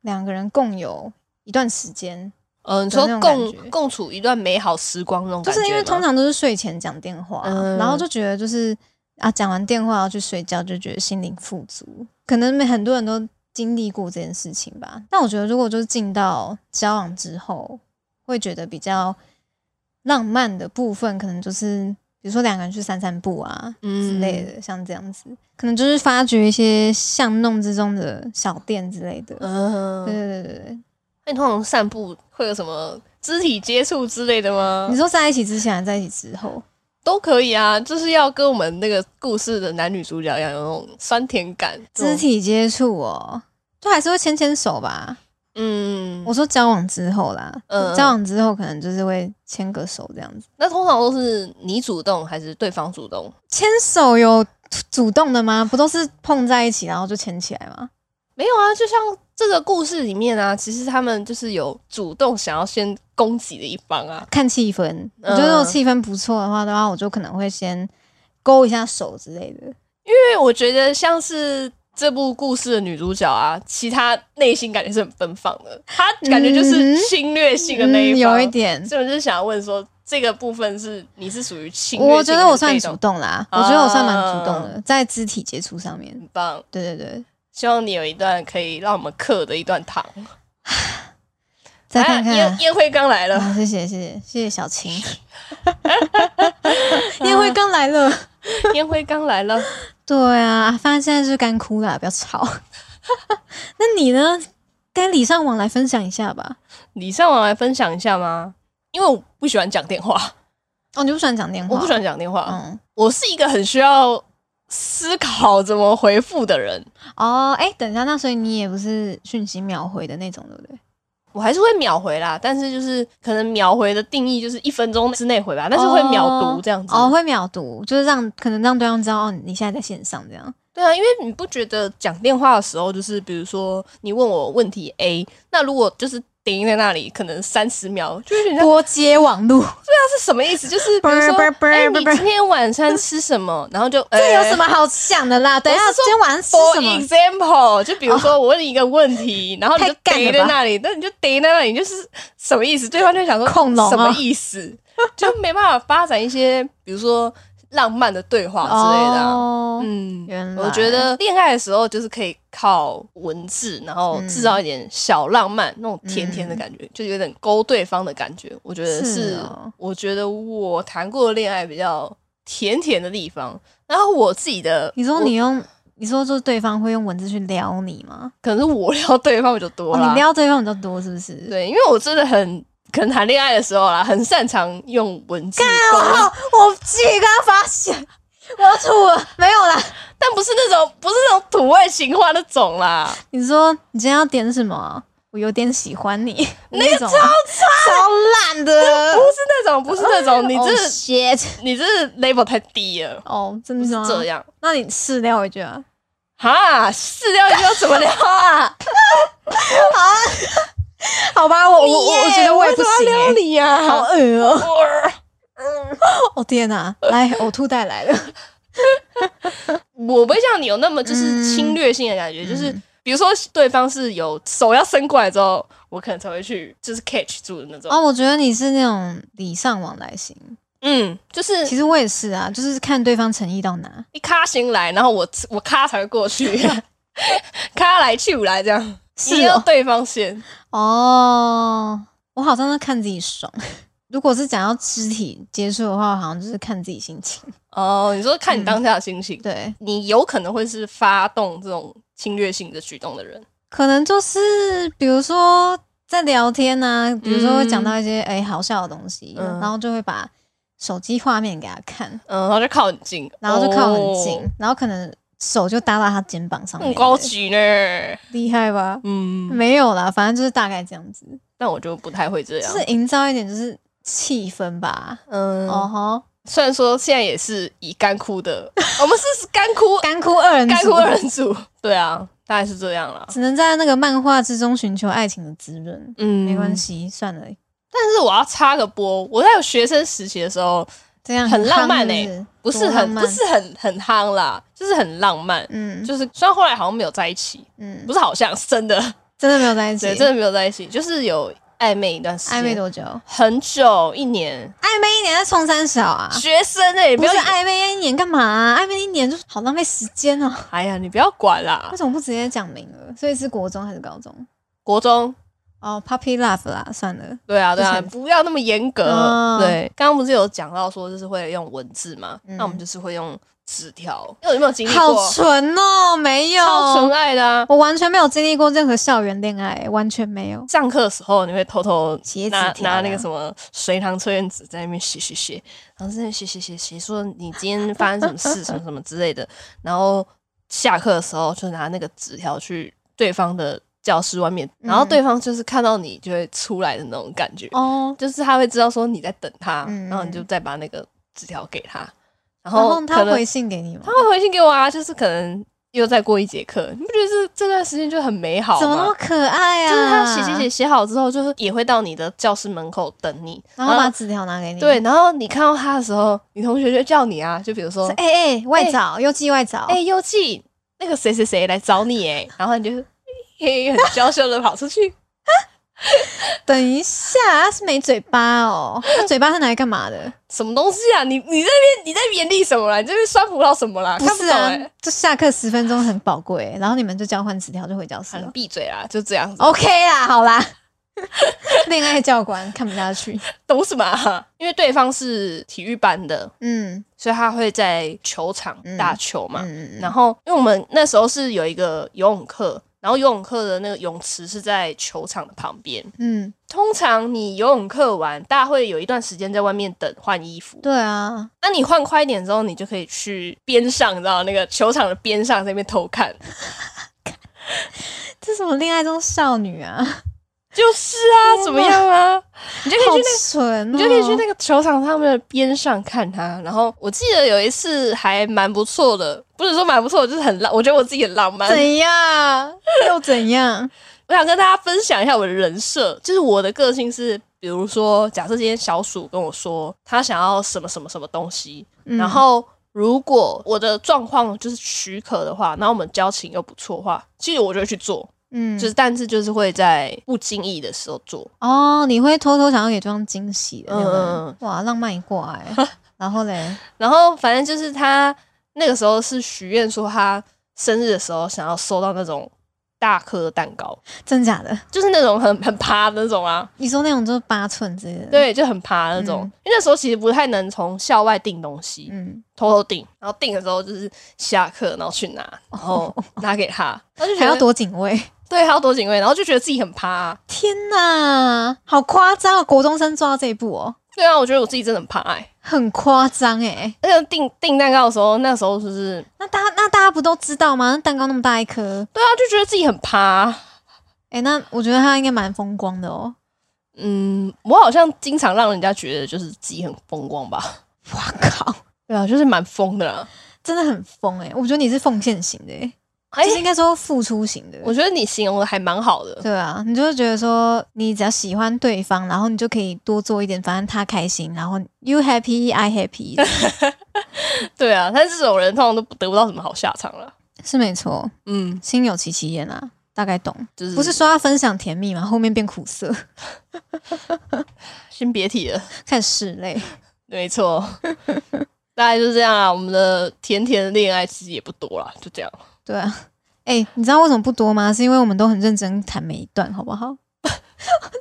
Speaker 1: 两个人共有一段时间，
Speaker 2: 呃，
Speaker 1: 有
Speaker 2: 你说
Speaker 1: 那种
Speaker 2: 共
Speaker 1: 感觉
Speaker 2: 共处一段美好时光那种
Speaker 1: 就
Speaker 2: 感觉吗，
Speaker 1: 是因为通常都是睡前讲电话，啊
Speaker 2: 嗯
Speaker 1: 然后就觉得就是啊，讲完电话要去睡觉，就觉得心灵富足。可能没很多人都经历过这件事情吧。但我觉得，如果就是进到交往之后，会觉得比较浪漫的部分，可能就是比如说两个人去散散步啊
Speaker 2: 嗯
Speaker 1: 之类的，像这样子，可能就是发掘一些巷弄之中的小店之类的。
Speaker 2: 嗯，
Speaker 1: 对对对对，
Speaker 2: 那你通常散步会有什么肢体接触之类的吗
Speaker 1: 你？说在一起之前，还是在一起之后，
Speaker 2: 都可以啊，就是要跟我们那个故事的男女主角一样，有那种酸甜感。
Speaker 1: 肢，体接触哦，就还是会牵牵手吧。
Speaker 2: 嗯，
Speaker 1: 我说交往之后啦，
Speaker 2: 嗯
Speaker 1: 交往之后可能就是会牵个手这样子。
Speaker 2: 那通常都是你主动还是对方主动？
Speaker 1: 牵手有主动的吗？不都是碰在一起然后就牵起来吗？
Speaker 2: 没有啊，就像这个故事里面啊，其实他们就是有主动想要先攻击的一方啊。
Speaker 1: 看气氛，我觉得如果气氛不错的话的话，我就可能会先勾一下手之类的。
Speaker 2: 因为我觉得像是这部故事的女主角啊，其她内心感觉是很奔放的，她感觉就是
Speaker 1: 嗯
Speaker 2: 侵略性的那嗯一方。啊
Speaker 1: 有一点，
Speaker 2: 所以我就是想要问说，这个部分是你是属于侵略性
Speaker 1: 我觉得我
Speaker 2: 还
Speaker 1: 算
Speaker 2: 是被
Speaker 1: 主
Speaker 2: 动
Speaker 1: 动啦，
Speaker 2: 啊
Speaker 1: 我觉得我算蛮主动的，在肢体接触上面。
Speaker 2: 很棒。
Speaker 1: 对对对，
Speaker 2: 希望你有一段可以让我们嗑的一段糖。
Speaker 1: 再看看
Speaker 2: 啊烟
Speaker 1: 啊。
Speaker 2: 烟灰缸来了，
Speaker 1: 啊谢谢谢谢谢谢小晴， 宴会刚来 了。
Speaker 2: 烟灰缸来了。
Speaker 1: 对啊，反正现在就是干枯啦，不要吵。 那你呢？该礼尚往来分享一下吧。
Speaker 2: 礼尚往来分享一下吗？因为我不喜欢讲电话，
Speaker 1: 哦，你不喜欢讲电话？
Speaker 2: 我不喜欢。讲电话。
Speaker 1: 嗯，
Speaker 2: 我是一个很需要思考怎么回复的人，
Speaker 1: 哦，哎、等一下，那所以你也不是讯息秒回的那种，对不对？
Speaker 2: 我还是会秒回啦，但是就是可能秒回的定义就是一分钟之内回吧，但是会秒读这样子。
Speaker 1: 哦，会秒读，就是让可能让对方知道哦，你现在在线上这 样。
Speaker 2: 对啊，因为你不觉得讲电话的时候，就是比如说你问我问题 A，那如果就是停在那里，可能三十秒，就是人家
Speaker 1: 拨接网路，
Speaker 2: 这是什么意思？就是比如说，
Speaker 1: 啵啵啵
Speaker 2: 哎、
Speaker 1: 啵
Speaker 2: 你
Speaker 1: 啵
Speaker 2: 今天晚餐吃什么？然后就哎
Speaker 1: 这有什么好想的啦？等一下
Speaker 2: 我是说
Speaker 1: 今天晚上吃
Speaker 2: ？For
Speaker 1: 什么？哦
Speaker 2: example，就比如说我问你一个问 题，然后你就
Speaker 1: 太干了
Speaker 2: 逮
Speaker 1: 吧
Speaker 2: 在那里，那你就逮在那里，就是什么意思？对方就想说
Speaker 1: 恐龙啊
Speaker 2: 什么 意思？就没办法发展一些，比如说浪漫的对话之类的啊、
Speaker 1: 哦，
Speaker 2: 嗯，
Speaker 1: 原来
Speaker 2: 我觉得恋爱的时候就是可以靠文字，然后制造一点小浪漫，那种甜甜的感觉，就有点勾对方的感觉。我觉得是，
Speaker 1: 嗯是哦
Speaker 2: 我觉得我谈过的恋爱比较甜甜的地方。然后我自己的，
Speaker 1: 你说
Speaker 2: 我
Speaker 1: 你用，你说就是对方会用文字去撩你吗？
Speaker 2: 可能是我撩对方比较多
Speaker 1: 哦，
Speaker 2: 啦，
Speaker 1: 你撩对方比较多是不是？
Speaker 2: 对，因为我真的很。可能谈恋爱的时候啦，很擅长用文字沟通，
Speaker 1: 我自己刚刚发现，我要吐了，没有啦。
Speaker 2: 但不是那种不是那种土味情话那种啦。
Speaker 1: 你说你今天要点什么？啊我有点喜欢 你，那个超超烂的
Speaker 2: 不，是那种，不是那
Speaker 1: 哦
Speaker 2: 种，你这、
Speaker 1: 这 shit
Speaker 2: 你这 level 太低了，
Speaker 1: 哦，真
Speaker 2: 不
Speaker 1: 的
Speaker 2: 是
Speaker 1: 吗？
Speaker 2: 这？样。
Speaker 1: 那你试掉一句 啊？
Speaker 2: 哈，试掉你要怎么聊 啊？
Speaker 1: 好吧，哦我
Speaker 2: 你耶为什么要撩
Speaker 1: 欸
Speaker 2: 你呀、
Speaker 1: 好
Speaker 2: 啊！
Speaker 1: 恶哦！
Speaker 2: 我
Speaker 1: 哦天哪，来，呕吐袋来了，
Speaker 2: 我不会像你有那么
Speaker 1: 嗯
Speaker 2: 就是侵略性的感觉，就是比如说对方是有手要伸过来之后，我可能才会去就是 catch 住的那种。
Speaker 1: 哦，我觉得你是那种礼尚往来型，
Speaker 2: 嗯，就是
Speaker 1: 其实我也是啊，就是看对方诚意到哪。
Speaker 2: 一咖先来，然后我我咖才会过去，咖来去来这样，一
Speaker 1: 是
Speaker 2: 定要
Speaker 1: 哦，
Speaker 2: 对方先。
Speaker 1: 哦，我好像都看自己爽。 如果是讲到肢体接触的话，我好像就是看自己心情。
Speaker 2: 哦，你说看你当下的心情，
Speaker 1: 对，
Speaker 2: 嗯你有可能会是发动这种侵略性的举动的人。
Speaker 1: 可能就是比如说在聊天呐、比如说会讲到一些哎、好笑的东西，
Speaker 2: 嗯
Speaker 1: 然后就会把手机画面给他看，
Speaker 2: 嗯，然后就靠很近，
Speaker 1: 然后就靠很近，
Speaker 2: 哦
Speaker 1: 然后可能手就搭到他肩膀上面，
Speaker 2: 很嗯高级呢。
Speaker 1: 厉害吧？
Speaker 2: 嗯，
Speaker 1: 没有啦，反正就是大概这样子，
Speaker 2: 但我就不太会这
Speaker 1: 就
Speaker 2: 样。
Speaker 1: 是营造一点就是气氛吧。
Speaker 2: 嗯，
Speaker 1: 哦吼，
Speaker 2: 虽然说现在也是以干枯的， 我们是干枯
Speaker 1: 干枯二人组
Speaker 2: 干枯二人组，对啊，大概是这样啦。
Speaker 1: 只能在那个漫画之中寻求爱情的滋润。
Speaker 2: 嗯
Speaker 1: 没关。系，算了，
Speaker 2: 但是我要插个播，我在有学生时期的时候，
Speaker 1: 这样
Speaker 2: 很浪漫
Speaker 1: 呢、
Speaker 2: 欸不是
Speaker 1: 多浪
Speaker 2: 很
Speaker 1: 漫
Speaker 2: 不是很很夯啦，就是很浪漫。
Speaker 1: 嗯
Speaker 2: 就是虽然后来好像没有在一起，
Speaker 1: 嗯
Speaker 2: 不，是好像是真的，
Speaker 1: 真的没有在一起
Speaker 2: 对，，真的没有在一起，就是有暧昧一段时间，
Speaker 1: 暧昧多久？
Speaker 2: 很久，一年。
Speaker 1: 暧昧一年在冲三小啊？
Speaker 2: 学生哎、你
Speaker 1: 不
Speaker 2: 不要
Speaker 1: 是暧昧一年干嘛啊、暧昧一年就是好浪费时间哦、
Speaker 2: 哎呀，你不要管啦
Speaker 1: 为。什么不直接讲明了？所以是国中还是高中？
Speaker 2: 国中，
Speaker 1: 哦、p u p p y love 啦，算了。
Speaker 2: 对啊，对啊，
Speaker 1: 之前
Speaker 2: 不要那么严格。
Speaker 1: 哦
Speaker 2: 对，刚刚不是有讲到说，就是会用文字嘛，
Speaker 1: 嗯
Speaker 2: 那我们就是会用纸条。因为有没有经历过？
Speaker 1: 好纯哦、没有，
Speaker 2: 超纯爱的啊！
Speaker 1: 我完全没有经历过任何校园恋爱，完全没有。
Speaker 2: 上课的时候，你会偷偷
Speaker 1: 写纸
Speaker 2: 拿
Speaker 1: 条
Speaker 2: 拿
Speaker 1: 啊
Speaker 2: 那个什么随堂测验纸在那边写写写，然后在那边写写写写，说你今天发生什么事，什么什么之类的。 然后下课的时候就拿那个纸条去对方的教室外面，然后
Speaker 1: 嗯
Speaker 2: 对方就是看到你就会出来的那种感觉，
Speaker 1: 哦，
Speaker 2: 就是他会知道说你在等他，
Speaker 1: 嗯
Speaker 2: 然后你就再把那个纸条给他，
Speaker 1: 然
Speaker 2: 然后
Speaker 1: 后他
Speaker 2: 可能
Speaker 1: 回信给你吗
Speaker 2: 他？会回信给我啊，就是可能又再过一节课，你不觉得这这段时间就很美好
Speaker 1: 怎么那么
Speaker 2: 吗？
Speaker 1: 可爱啊？
Speaker 2: 就是他写写写，写好之后，就是也会到你的教室门口等你，
Speaker 1: 然后把纸条拿给你。
Speaker 2: 对，，然后你看到他的时候，你同学就叫你啊，就比如说，
Speaker 1: 哎哎、外找，又寄外找。
Speaker 2: 哎、优记，那个谁谁谁来找你哎，然后你就嘿嘿很娇羞的跑出去，
Speaker 1: 等一下，他是没嘴巴哦，他嘴巴是拿来干嘛 的？
Speaker 2: 什么东西啊？你你那边你在勉励什么啦？你这边酸葡萄什么啦？
Speaker 1: 不
Speaker 2: 看不
Speaker 1: 是
Speaker 2: 懂
Speaker 1: 啊
Speaker 2: 哎，，
Speaker 1: 就下课十分钟很宝贵、然后你们就交换纸条就回教室
Speaker 2: 喊
Speaker 1: 了。
Speaker 2: 闭嘴啦，就这样子。
Speaker 1: OK 啦，好啦， 恋爱教官看不下去。
Speaker 2: 懂什么、啊？因为对方是体育班的，
Speaker 1: 嗯
Speaker 2: 所以他会在球场
Speaker 1: 嗯
Speaker 2: 打球嘛。
Speaker 1: 嗯
Speaker 2: 然后，因为我们那时候是有一个游泳课，然后游泳课的那个泳池是在球场的旁边。
Speaker 1: 嗯，
Speaker 2: 通常你游泳课完，大家会有一段时间在外面等换衣服。
Speaker 1: 对啊，
Speaker 2: 那你换快一点之后，你就可以去边上，你知道那个球场的边上在那边偷看。
Speaker 1: 这什么恋爱中少女啊，
Speaker 2: 就是啊，怎么样啊？哎你就可以去
Speaker 1: 好
Speaker 2: 那个
Speaker 1: 纯、哦，
Speaker 2: 你就可以去那个球场上面的边上看他。然后我记得有一次还蛮不错的，不是说蛮不错的，就是很浪，我觉得我自己很浪漫。
Speaker 1: 怎样又怎样？
Speaker 2: 我想跟大家分享一下我的人设，就是我的个性是，比如说，假设今天小鼠跟我说他想要什么什么什么东西，
Speaker 1: 嗯
Speaker 2: 然后。如果我的状况就是许可的话，然后我们交情又不错的话，其实我就会去做，
Speaker 1: 嗯，
Speaker 2: 就是但是就是会在不经意的时候做，
Speaker 1: 哦，你会偷偷想要给对方惊喜的那种人，
Speaker 2: 嗯嗯
Speaker 1: 哇，浪漫一挂哎、 然后嘞，
Speaker 2: 然后反正就是他那个时候是许愿说他生日的时候想要收到那种大颗的蛋糕，
Speaker 1: 真假的？
Speaker 2: 就是那种很很趴的那种啊，
Speaker 1: 你说那种就是八寸之类的，，
Speaker 2: 对，就很趴的那种。
Speaker 1: 嗯
Speaker 2: 因为那时候其实不太能从校外订东西，
Speaker 1: 嗯，
Speaker 2: 偷偷订，然后订的时候就是下课然后去拿，然后拿给 他，然后就
Speaker 1: 哦
Speaker 2: 觉
Speaker 1: 还
Speaker 2: 得
Speaker 1: 要躲警卫。
Speaker 2: 对，还要躲警卫，然后就觉得自己很趴啊、
Speaker 1: 天哪，好夸张啊！国中生做到这一步哦，
Speaker 2: 对啊，我觉得我自己真的很趴、欸。
Speaker 1: 很夸张哎。
Speaker 2: 而且订订蛋糕的时候，那时候就是
Speaker 1: 那大那大家不都知道吗？那蛋糕那么大一颗，
Speaker 2: 对啊，就觉得自己很趴啊、
Speaker 1: 哎、那我觉得他应该蛮风光的哦。
Speaker 2: 嗯，我好像经常让人家觉得就是自己很风光吧。
Speaker 1: 哇靠，
Speaker 2: 对啊，就是蛮疯的啦。
Speaker 1: 真的很疯哎！我觉得你是奉献型的哎，
Speaker 2: 哎、
Speaker 1: 就是应该说付出型的。
Speaker 2: 我觉得你形容的还蛮好的。
Speaker 1: 对啊，你就会觉得说，你只要喜欢对 方，然后你就可以多做一点，反正他开心，然后 you happy I happy，
Speaker 2: 对啊，但是这种人通常都得不到什么好下场了。
Speaker 1: 是没错，
Speaker 2: 嗯，
Speaker 1: 心有戚戚焉啊，大概懂。
Speaker 2: 就是
Speaker 1: 不是说要分享甜蜜吗？后面变苦涩，
Speaker 2: 先别提了，
Speaker 1: 开始拭泪。
Speaker 2: 没错， 大概就是这样啊。我们的甜甜的恋爱其实也不多啦，就这样。
Speaker 1: 对啊，哎、你知道为什么不多吗？是因为我们都很认真谈每一段，好不 好？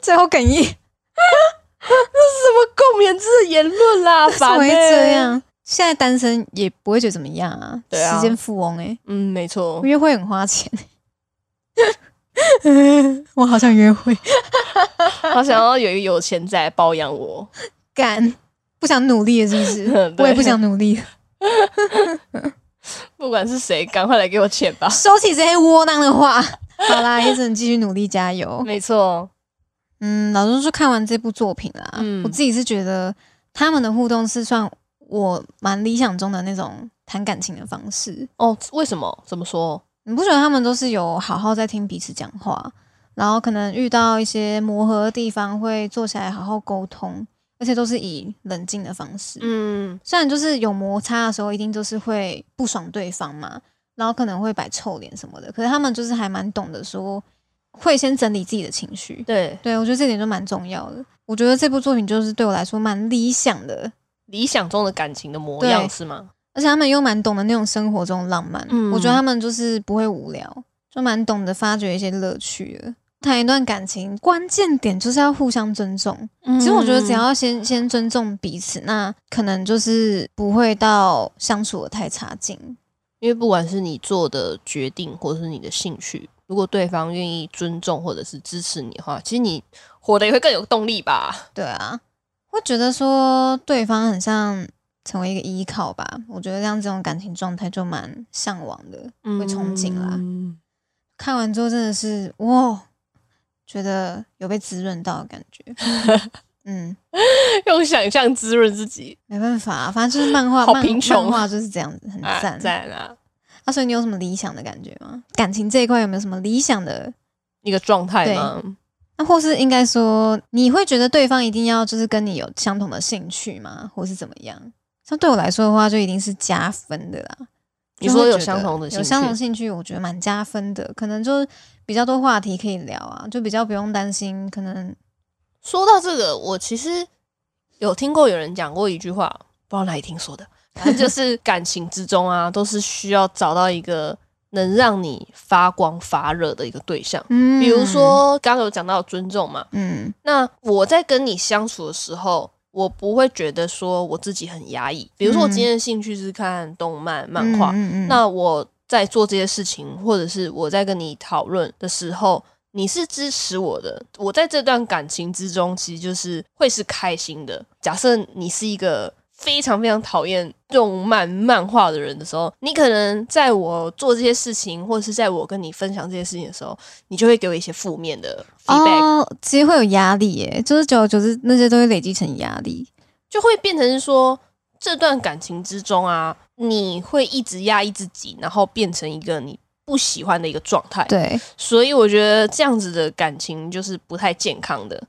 Speaker 1: 最后哽咽，
Speaker 2: 什么共勉之的言论 啦，
Speaker 1: 怎么
Speaker 2: 烦
Speaker 1: 会
Speaker 2: 欸
Speaker 1: 这？样？现在单身也不会觉得怎么样啊，
Speaker 2: 对啊
Speaker 1: 时间富翁哎、
Speaker 2: 嗯，没 错，
Speaker 1: 约会很花钱、欸 我好想约会，
Speaker 2: 好想要有一个有钱仔包养我。
Speaker 1: 干，不想努力了是不是？
Speaker 2: 对
Speaker 1: 我也不想努力了，
Speaker 2: 不管是谁，赶快来给我钱吧。
Speaker 1: 收起这些窝囊的话。好啦，也只能继续努力，加油。
Speaker 2: 没错，
Speaker 1: 嗯，老实说，看完这部作品啦，
Speaker 2: 嗯
Speaker 1: 我自己是觉得他们的互动是算我蛮理想中的那种谈感情的方式。
Speaker 2: 哦，为什么？怎么说？
Speaker 1: 你不觉得他们都是有好好在听彼此讲话，然后可能遇到一些磨合的地方会坐下来好好沟通，而且都是以冷静的方式。
Speaker 2: 嗯，
Speaker 1: 虽然就是有摩擦的时候，一定都是会不爽对方嘛，然后可能会摆臭脸什么的，可是他们就是还蛮懂得说，会先整理自己的情绪，
Speaker 2: 对，
Speaker 1: 对，我觉得这点就蛮重要的。我觉得这部作品就是对我来说蛮理想的，
Speaker 2: 理想中的感情的模
Speaker 1: 对
Speaker 2: 样是吗？
Speaker 1: 而且他们又蛮懂得那种生活中的浪漫。
Speaker 2: 嗯
Speaker 1: 我觉得他们就是不会无聊，就蛮懂得发掘一些乐趣的。谈一段感情，关键点就是要互相尊重。嗯其实我觉得只
Speaker 2: 嗯
Speaker 1: 要先先尊重彼此，那可能就是不会到相处的太差劲。
Speaker 2: 因为不管是你做的决定，或者是你的兴趣，如果对方愿意尊重或者是支持你的话，其实你活得也会更有动力吧。
Speaker 1: 对啊，会觉得说对方很像成为一个依靠吧。我觉得这样这种感情状态就蛮向往的。会憧憬啦
Speaker 2: 嗯
Speaker 1: 看完之后真的是哇，觉得有被滋润到的感 觉。嗯，
Speaker 2: 用想象滋润自己，
Speaker 1: 没办法、啊反正就是漫画，
Speaker 2: 好
Speaker 1: 漫
Speaker 2: 贫穷
Speaker 1: 漫画就是这样子，很
Speaker 2: 啊
Speaker 1: 赞。
Speaker 2: 赞啊！
Speaker 1: 啊，所以你有什么理想的感觉吗？感情这一块有没有什么理想的？
Speaker 2: 一个状态
Speaker 1: 对
Speaker 2: 吗？
Speaker 1: 那或是应该说，你会觉得对方一定要就是跟你有相同的兴趣吗？或是怎么样？像对我来说的话，就一定是加分的啦。
Speaker 2: 你
Speaker 1: 就
Speaker 2: 说
Speaker 1: 会
Speaker 2: 有
Speaker 1: 觉
Speaker 2: 相
Speaker 1: 得
Speaker 2: 同的兴
Speaker 1: 有相同
Speaker 2: 趣，
Speaker 1: 兴趣，我觉得蛮加分的，可能就是比较多话题可以聊啊，就比较不用担心可能
Speaker 2: 说到这个，我其实有听过有人讲过一句话，不知道哪里听说的，反正就是感情之中啊，都是需要找到一个能让你发光发热的一个对象。
Speaker 1: 嗯，
Speaker 2: 比如说，刚刚有讲到尊重嘛，
Speaker 1: 嗯，
Speaker 2: 那我在跟你相处的时候，我不会觉得说我自己很压抑。
Speaker 1: 嗯
Speaker 2: 比如说，我今天的兴趣是看动漫、漫画，
Speaker 1: 嗯嗯嗯
Speaker 2: 那我在做这些事情，或者是我在跟你讨论的时候，你是支持我的。我在这段感情之中，其实就是会是开心的。假设你是一个非常非常讨厌动漫漫画的人的时候，你可能在我做这些事情，或者是在我跟你分享这些事情的时候，你就会给我一些负面的 feedback，、
Speaker 1: 哦，其实会有压力耶，就是久而久之那些都会累积成压力。
Speaker 2: 就会变成是说这段感情之中啊，你会一直压抑自己，然后变成一个你不喜欢的一个状态。
Speaker 1: 对，
Speaker 2: 所以我觉得这样子的感情就是不太健康的。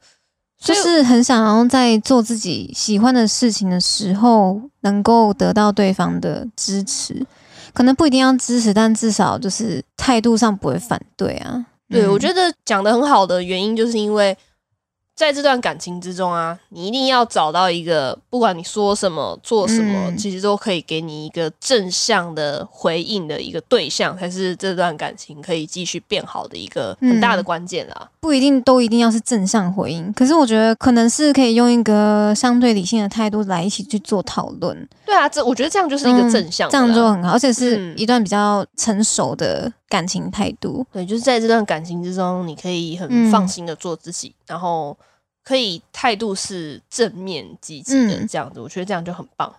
Speaker 1: 就
Speaker 2: 所以
Speaker 1: 是很想要在做自己喜欢的事情的时候，能够得到对方的支持，可能不一定要支持，但至少就是态度上不会反对啊。
Speaker 2: 对、
Speaker 1: 嗯
Speaker 2: 我觉得讲的很好的原因，就是因为在这段感情之中啊，你一定要找到一个，不管你说什么、做什么，
Speaker 1: 嗯
Speaker 2: 其实都可以给你一个正向的回应的一个对象，才是这段感情可以继续变好的一个很大的
Speaker 1: 嗯
Speaker 2: 关键啦。
Speaker 1: 不一定都一定要是正向回应，可是我觉得可能是可以用一个相对理性的态度来一起去做讨论，
Speaker 2: 对啊，这我觉得这样就是一个
Speaker 1: 嗯
Speaker 2: 正向
Speaker 1: 这
Speaker 2: 的啦、
Speaker 1: 样就很好，而且是
Speaker 2: 嗯
Speaker 1: 一段比较成熟的感情态度。
Speaker 2: 对，就是在这段感情之中，你可以很
Speaker 1: 嗯
Speaker 2: 放心的做自己，然后可以态度是正面积极的
Speaker 1: 嗯
Speaker 2: 这样子，我觉得这样就很棒。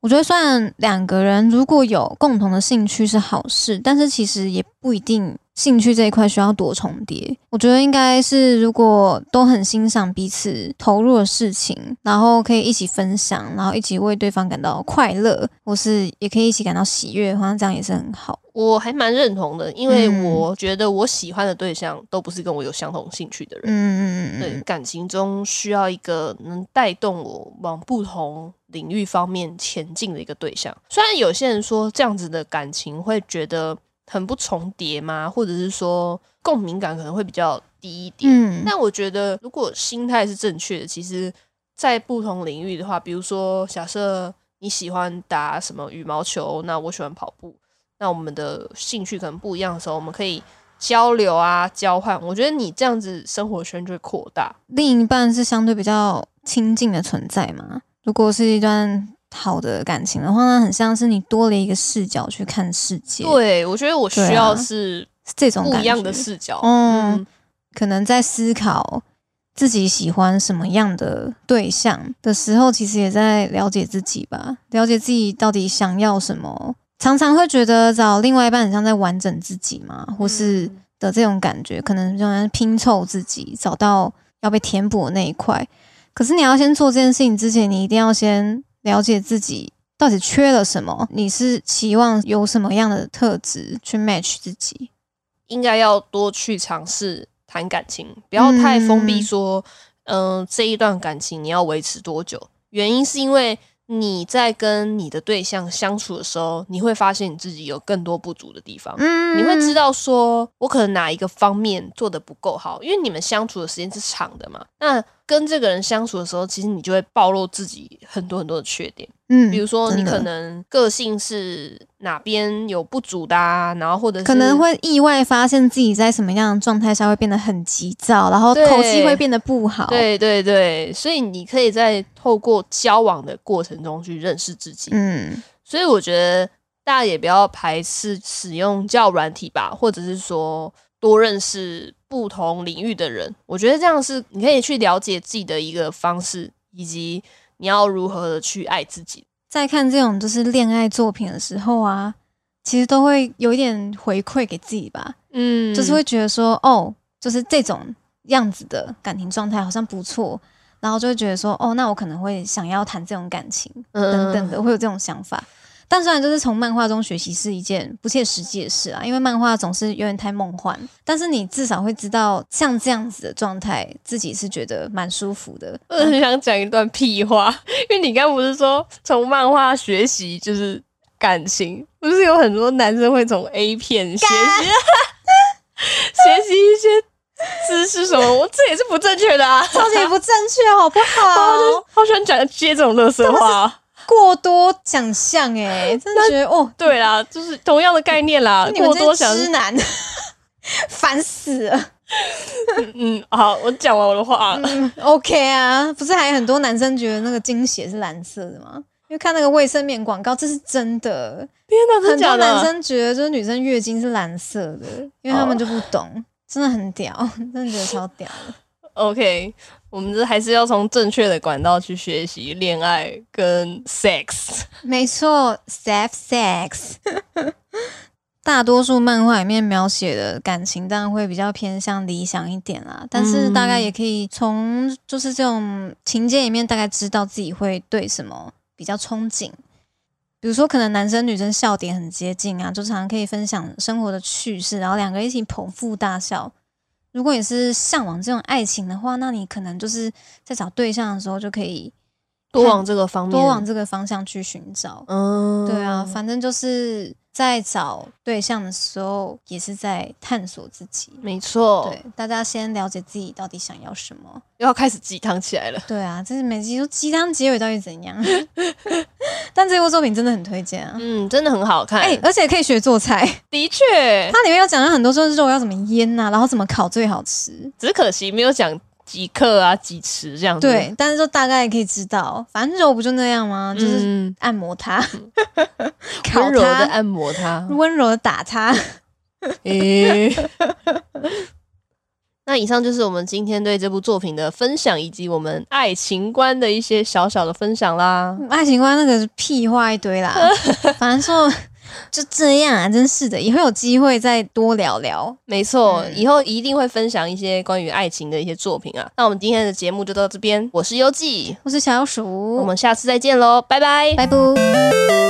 Speaker 1: 我觉得虽然两个人如果有共同的兴趣是好事，但是其实也不一定兴趣这一块需要多重叠。我觉得应该是如果都很欣赏彼此投入的事情，然后可以一起分享，然后一起为对方感到快乐，或是也可以一起感到喜悦，好像这样也是很好。
Speaker 2: 我还蛮认同的，因为
Speaker 1: 嗯
Speaker 2: 我觉得我喜欢的对象都不是跟我有相同兴趣的人。
Speaker 1: 嗯嗯嗯
Speaker 2: 对，
Speaker 1: 嗯，
Speaker 2: 感情中需要一个能带动我往不同领域方面前进的一个对象。虽然有些人说这样子的感情会觉得很不重叠吗？或者是说共鸣感可能会比较低一点。
Speaker 1: 嗯，
Speaker 2: 但我觉得，如果心态是正确的，其实，在不同领域的话，比如说，假设你喜欢打什么羽毛球，那我喜欢跑步，那我们的兴趣可能不一样的时候，我们可以交流啊，交换。我觉得你这样子生活圈就会扩大。
Speaker 1: 另一半是相对比较亲近的存在嘛。如果是一段好的感情的话，那很像是你多了一个视角去看世界，，
Speaker 2: 对，我觉得我需
Speaker 1: 对啊
Speaker 2: 要是
Speaker 1: 是这种
Speaker 2: 不
Speaker 1: 感
Speaker 2: 一样的
Speaker 1: 觉
Speaker 2: 视角。
Speaker 1: 嗯，可能在思考自己喜欢什么样的对象的时候，其实也在了解自己吧，了解自己到底想要什么。常常会觉得找另外一半很像在完整自己嘛，或是
Speaker 2: 嗯
Speaker 1: 的这种感觉，可能就像拼凑自己，找到要被填补的那一块。可是你要先做这件事情之前，你一定要先了解自己到底缺了什么，你是期望有什么样的特质去 match 自己。
Speaker 2: 应该要多去尝试谈感情，不要太封闭说，嗯、这一段感情你要维持多久？原因是因为你在跟你的对象相处的时候，你会发现你自己有更多不足的地方。
Speaker 1: 嗯
Speaker 2: 你会知
Speaker 1: 道，
Speaker 2: 道说，我可能哪一个方面做的不够好，因为你们相处的时间是长的嘛。那跟这个人相处的时候，其实你就会暴露自己很多很多的缺点。
Speaker 1: 嗯
Speaker 2: 比如说，你
Speaker 1: 真的
Speaker 2: 可能个性是哪边有不足的啊，然后或者是
Speaker 1: 可能会意外发现自己在什么样的状态下会变得很急躁，然后
Speaker 2: 对
Speaker 1: 口气会变得不好。，
Speaker 2: 对对对，所以你可以在透过交往的过程中去认识自己。
Speaker 1: 嗯
Speaker 2: 所以我觉得大家也不要排斥使用较软体吧，或者是说多认识不同领域的人。我觉得这样是你可以去了解自己的一个方式，以及你要如何的去爱自己。
Speaker 1: 在看这种就是恋爱作品的时候啊，其实都会有一点回馈给自己吧，
Speaker 2: 嗯
Speaker 1: 就是会觉得说，哦，就是这种样子的感情状态好像不错，然后就会觉得说，哦，那我可能会想要谈这种感情
Speaker 2: 嗯
Speaker 1: 等等的，会有这种想法。但虽然就是从漫画中学习是一件不切实际的事啊，因为漫画总是有点太梦幻，但是你至少会知道像这样子的状态，自己是觉得蛮舒服的。呃
Speaker 2: 我很想讲一段屁话，因为你刚刚不是说从漫画学习就是感情，不是有很多男生会从 A 片学习 学习一些姿势什么，我这也是不正确的啊。
Speaker 1: 超级不正确，好不 好？
Speaker 2: 好喜欢讲接这种乐色话哦。
Speaker 1: 过多想象，哎，真的觉得哦，
Speaker 2: 对啦，就是同样的概念啦，
Speaker 1: 你们
Speaker 2: 过
Speaker 1: 这
Speaker 2: 多
Speaker 1: 些
Speaker 2: 想
Speaker 1: 直男，烦死了。
Speaker 2: 嗯，好，我讲完我的话啊了。
Speaker 1: 嗯，OK 啊，不是还很多男生觉得那个精血是蓝色的吗？因为看那个卫生棉广告，这是真的。
Speaker 2: 天哪，真
Speaker 1: 很
Speaker 2: 的假
Speaker 1: 多男
Speaker 2: 的？
Speaker 1: 生觉得就是女生月经是蓝色的，因为他
Speaker 2: 哦
Speaker 1: 们就不懂，真的很屌， 真的觉得超屌的。
Speaker 2: OK，我们这还是要从正确的管道去学习恋爱跟 sex。
Speaker 1: 没错，safe sex。大多数漫画里面描写的感情，当然会比较偏向理想一点啦。但是大概也可以从就是这种情节里面，大概知道自己会对什么比较憧憬。比如说，可能男生女生笑点很接近啊，就常常可以分享生活的趣事，然后两个人一起捧腹大笑。如果你是向往这种爱情的话，那你可能就是在找对象的时候就可以
Speaker 2: 多往这个方面，
Speaker 1: 多往这个方向去寻找。
Speaker 2: 嗯，
Speaker 1: 对啊，反正就是在找对象的时候，也是在探索自己。
Speaker 2: 没错，
Speaker 1: 对，大家先了解自己到底想要什么。
Speaker 2: 又要开始鸡汤起来了。
Speaker 1: 对啊，这是每集都鸡汤结尾到底怎样？ 但这部作品真的很推荐啊！
Speaker 2: 嗯，真的很好看，
Speaker 1: 哎、而且可以学做菜，
Speaker 2: 的确，
Speaker 1: 它里面有讲到很多，就是肉要怎么腌呐、然后怎么烤最好吃。
Speaker 2: 只是可惜没有讲几克啊、几匙这样子。
Speaker 1: 对，但是就大概也可以知道，反正肉不就那样吗？
Speaker 2: 嗯，
Speaker 1: 就是按摩它，烤
Speaker 2: 温柔的
Speaker 1: 它，
Speaker 2: 按摩它。
Speaker 1: 温柔的打它。
Speaker 2: 诶、 那以上就是我们今天对这部作品的分享，以及我们爱情观的一些小小的分享啦。
Speaker 1: 爱情观那个屁话一堆啦，反正说就这样啊，真是的，以后有机会再多聊聊。
Speaker 2: 没错，
Speaker 1: 嗯
Speaker 2: 以后一定会分享一些关于爱情的一些作品啊。那我们今天的节目就到这边，我是优记，
Speaker 1: 我是小
Speaker 2: 我
Speaker 1: 鼠，
Speaker 2: 们下次再见喽，拜拜。
Speaker 1: 拜拜。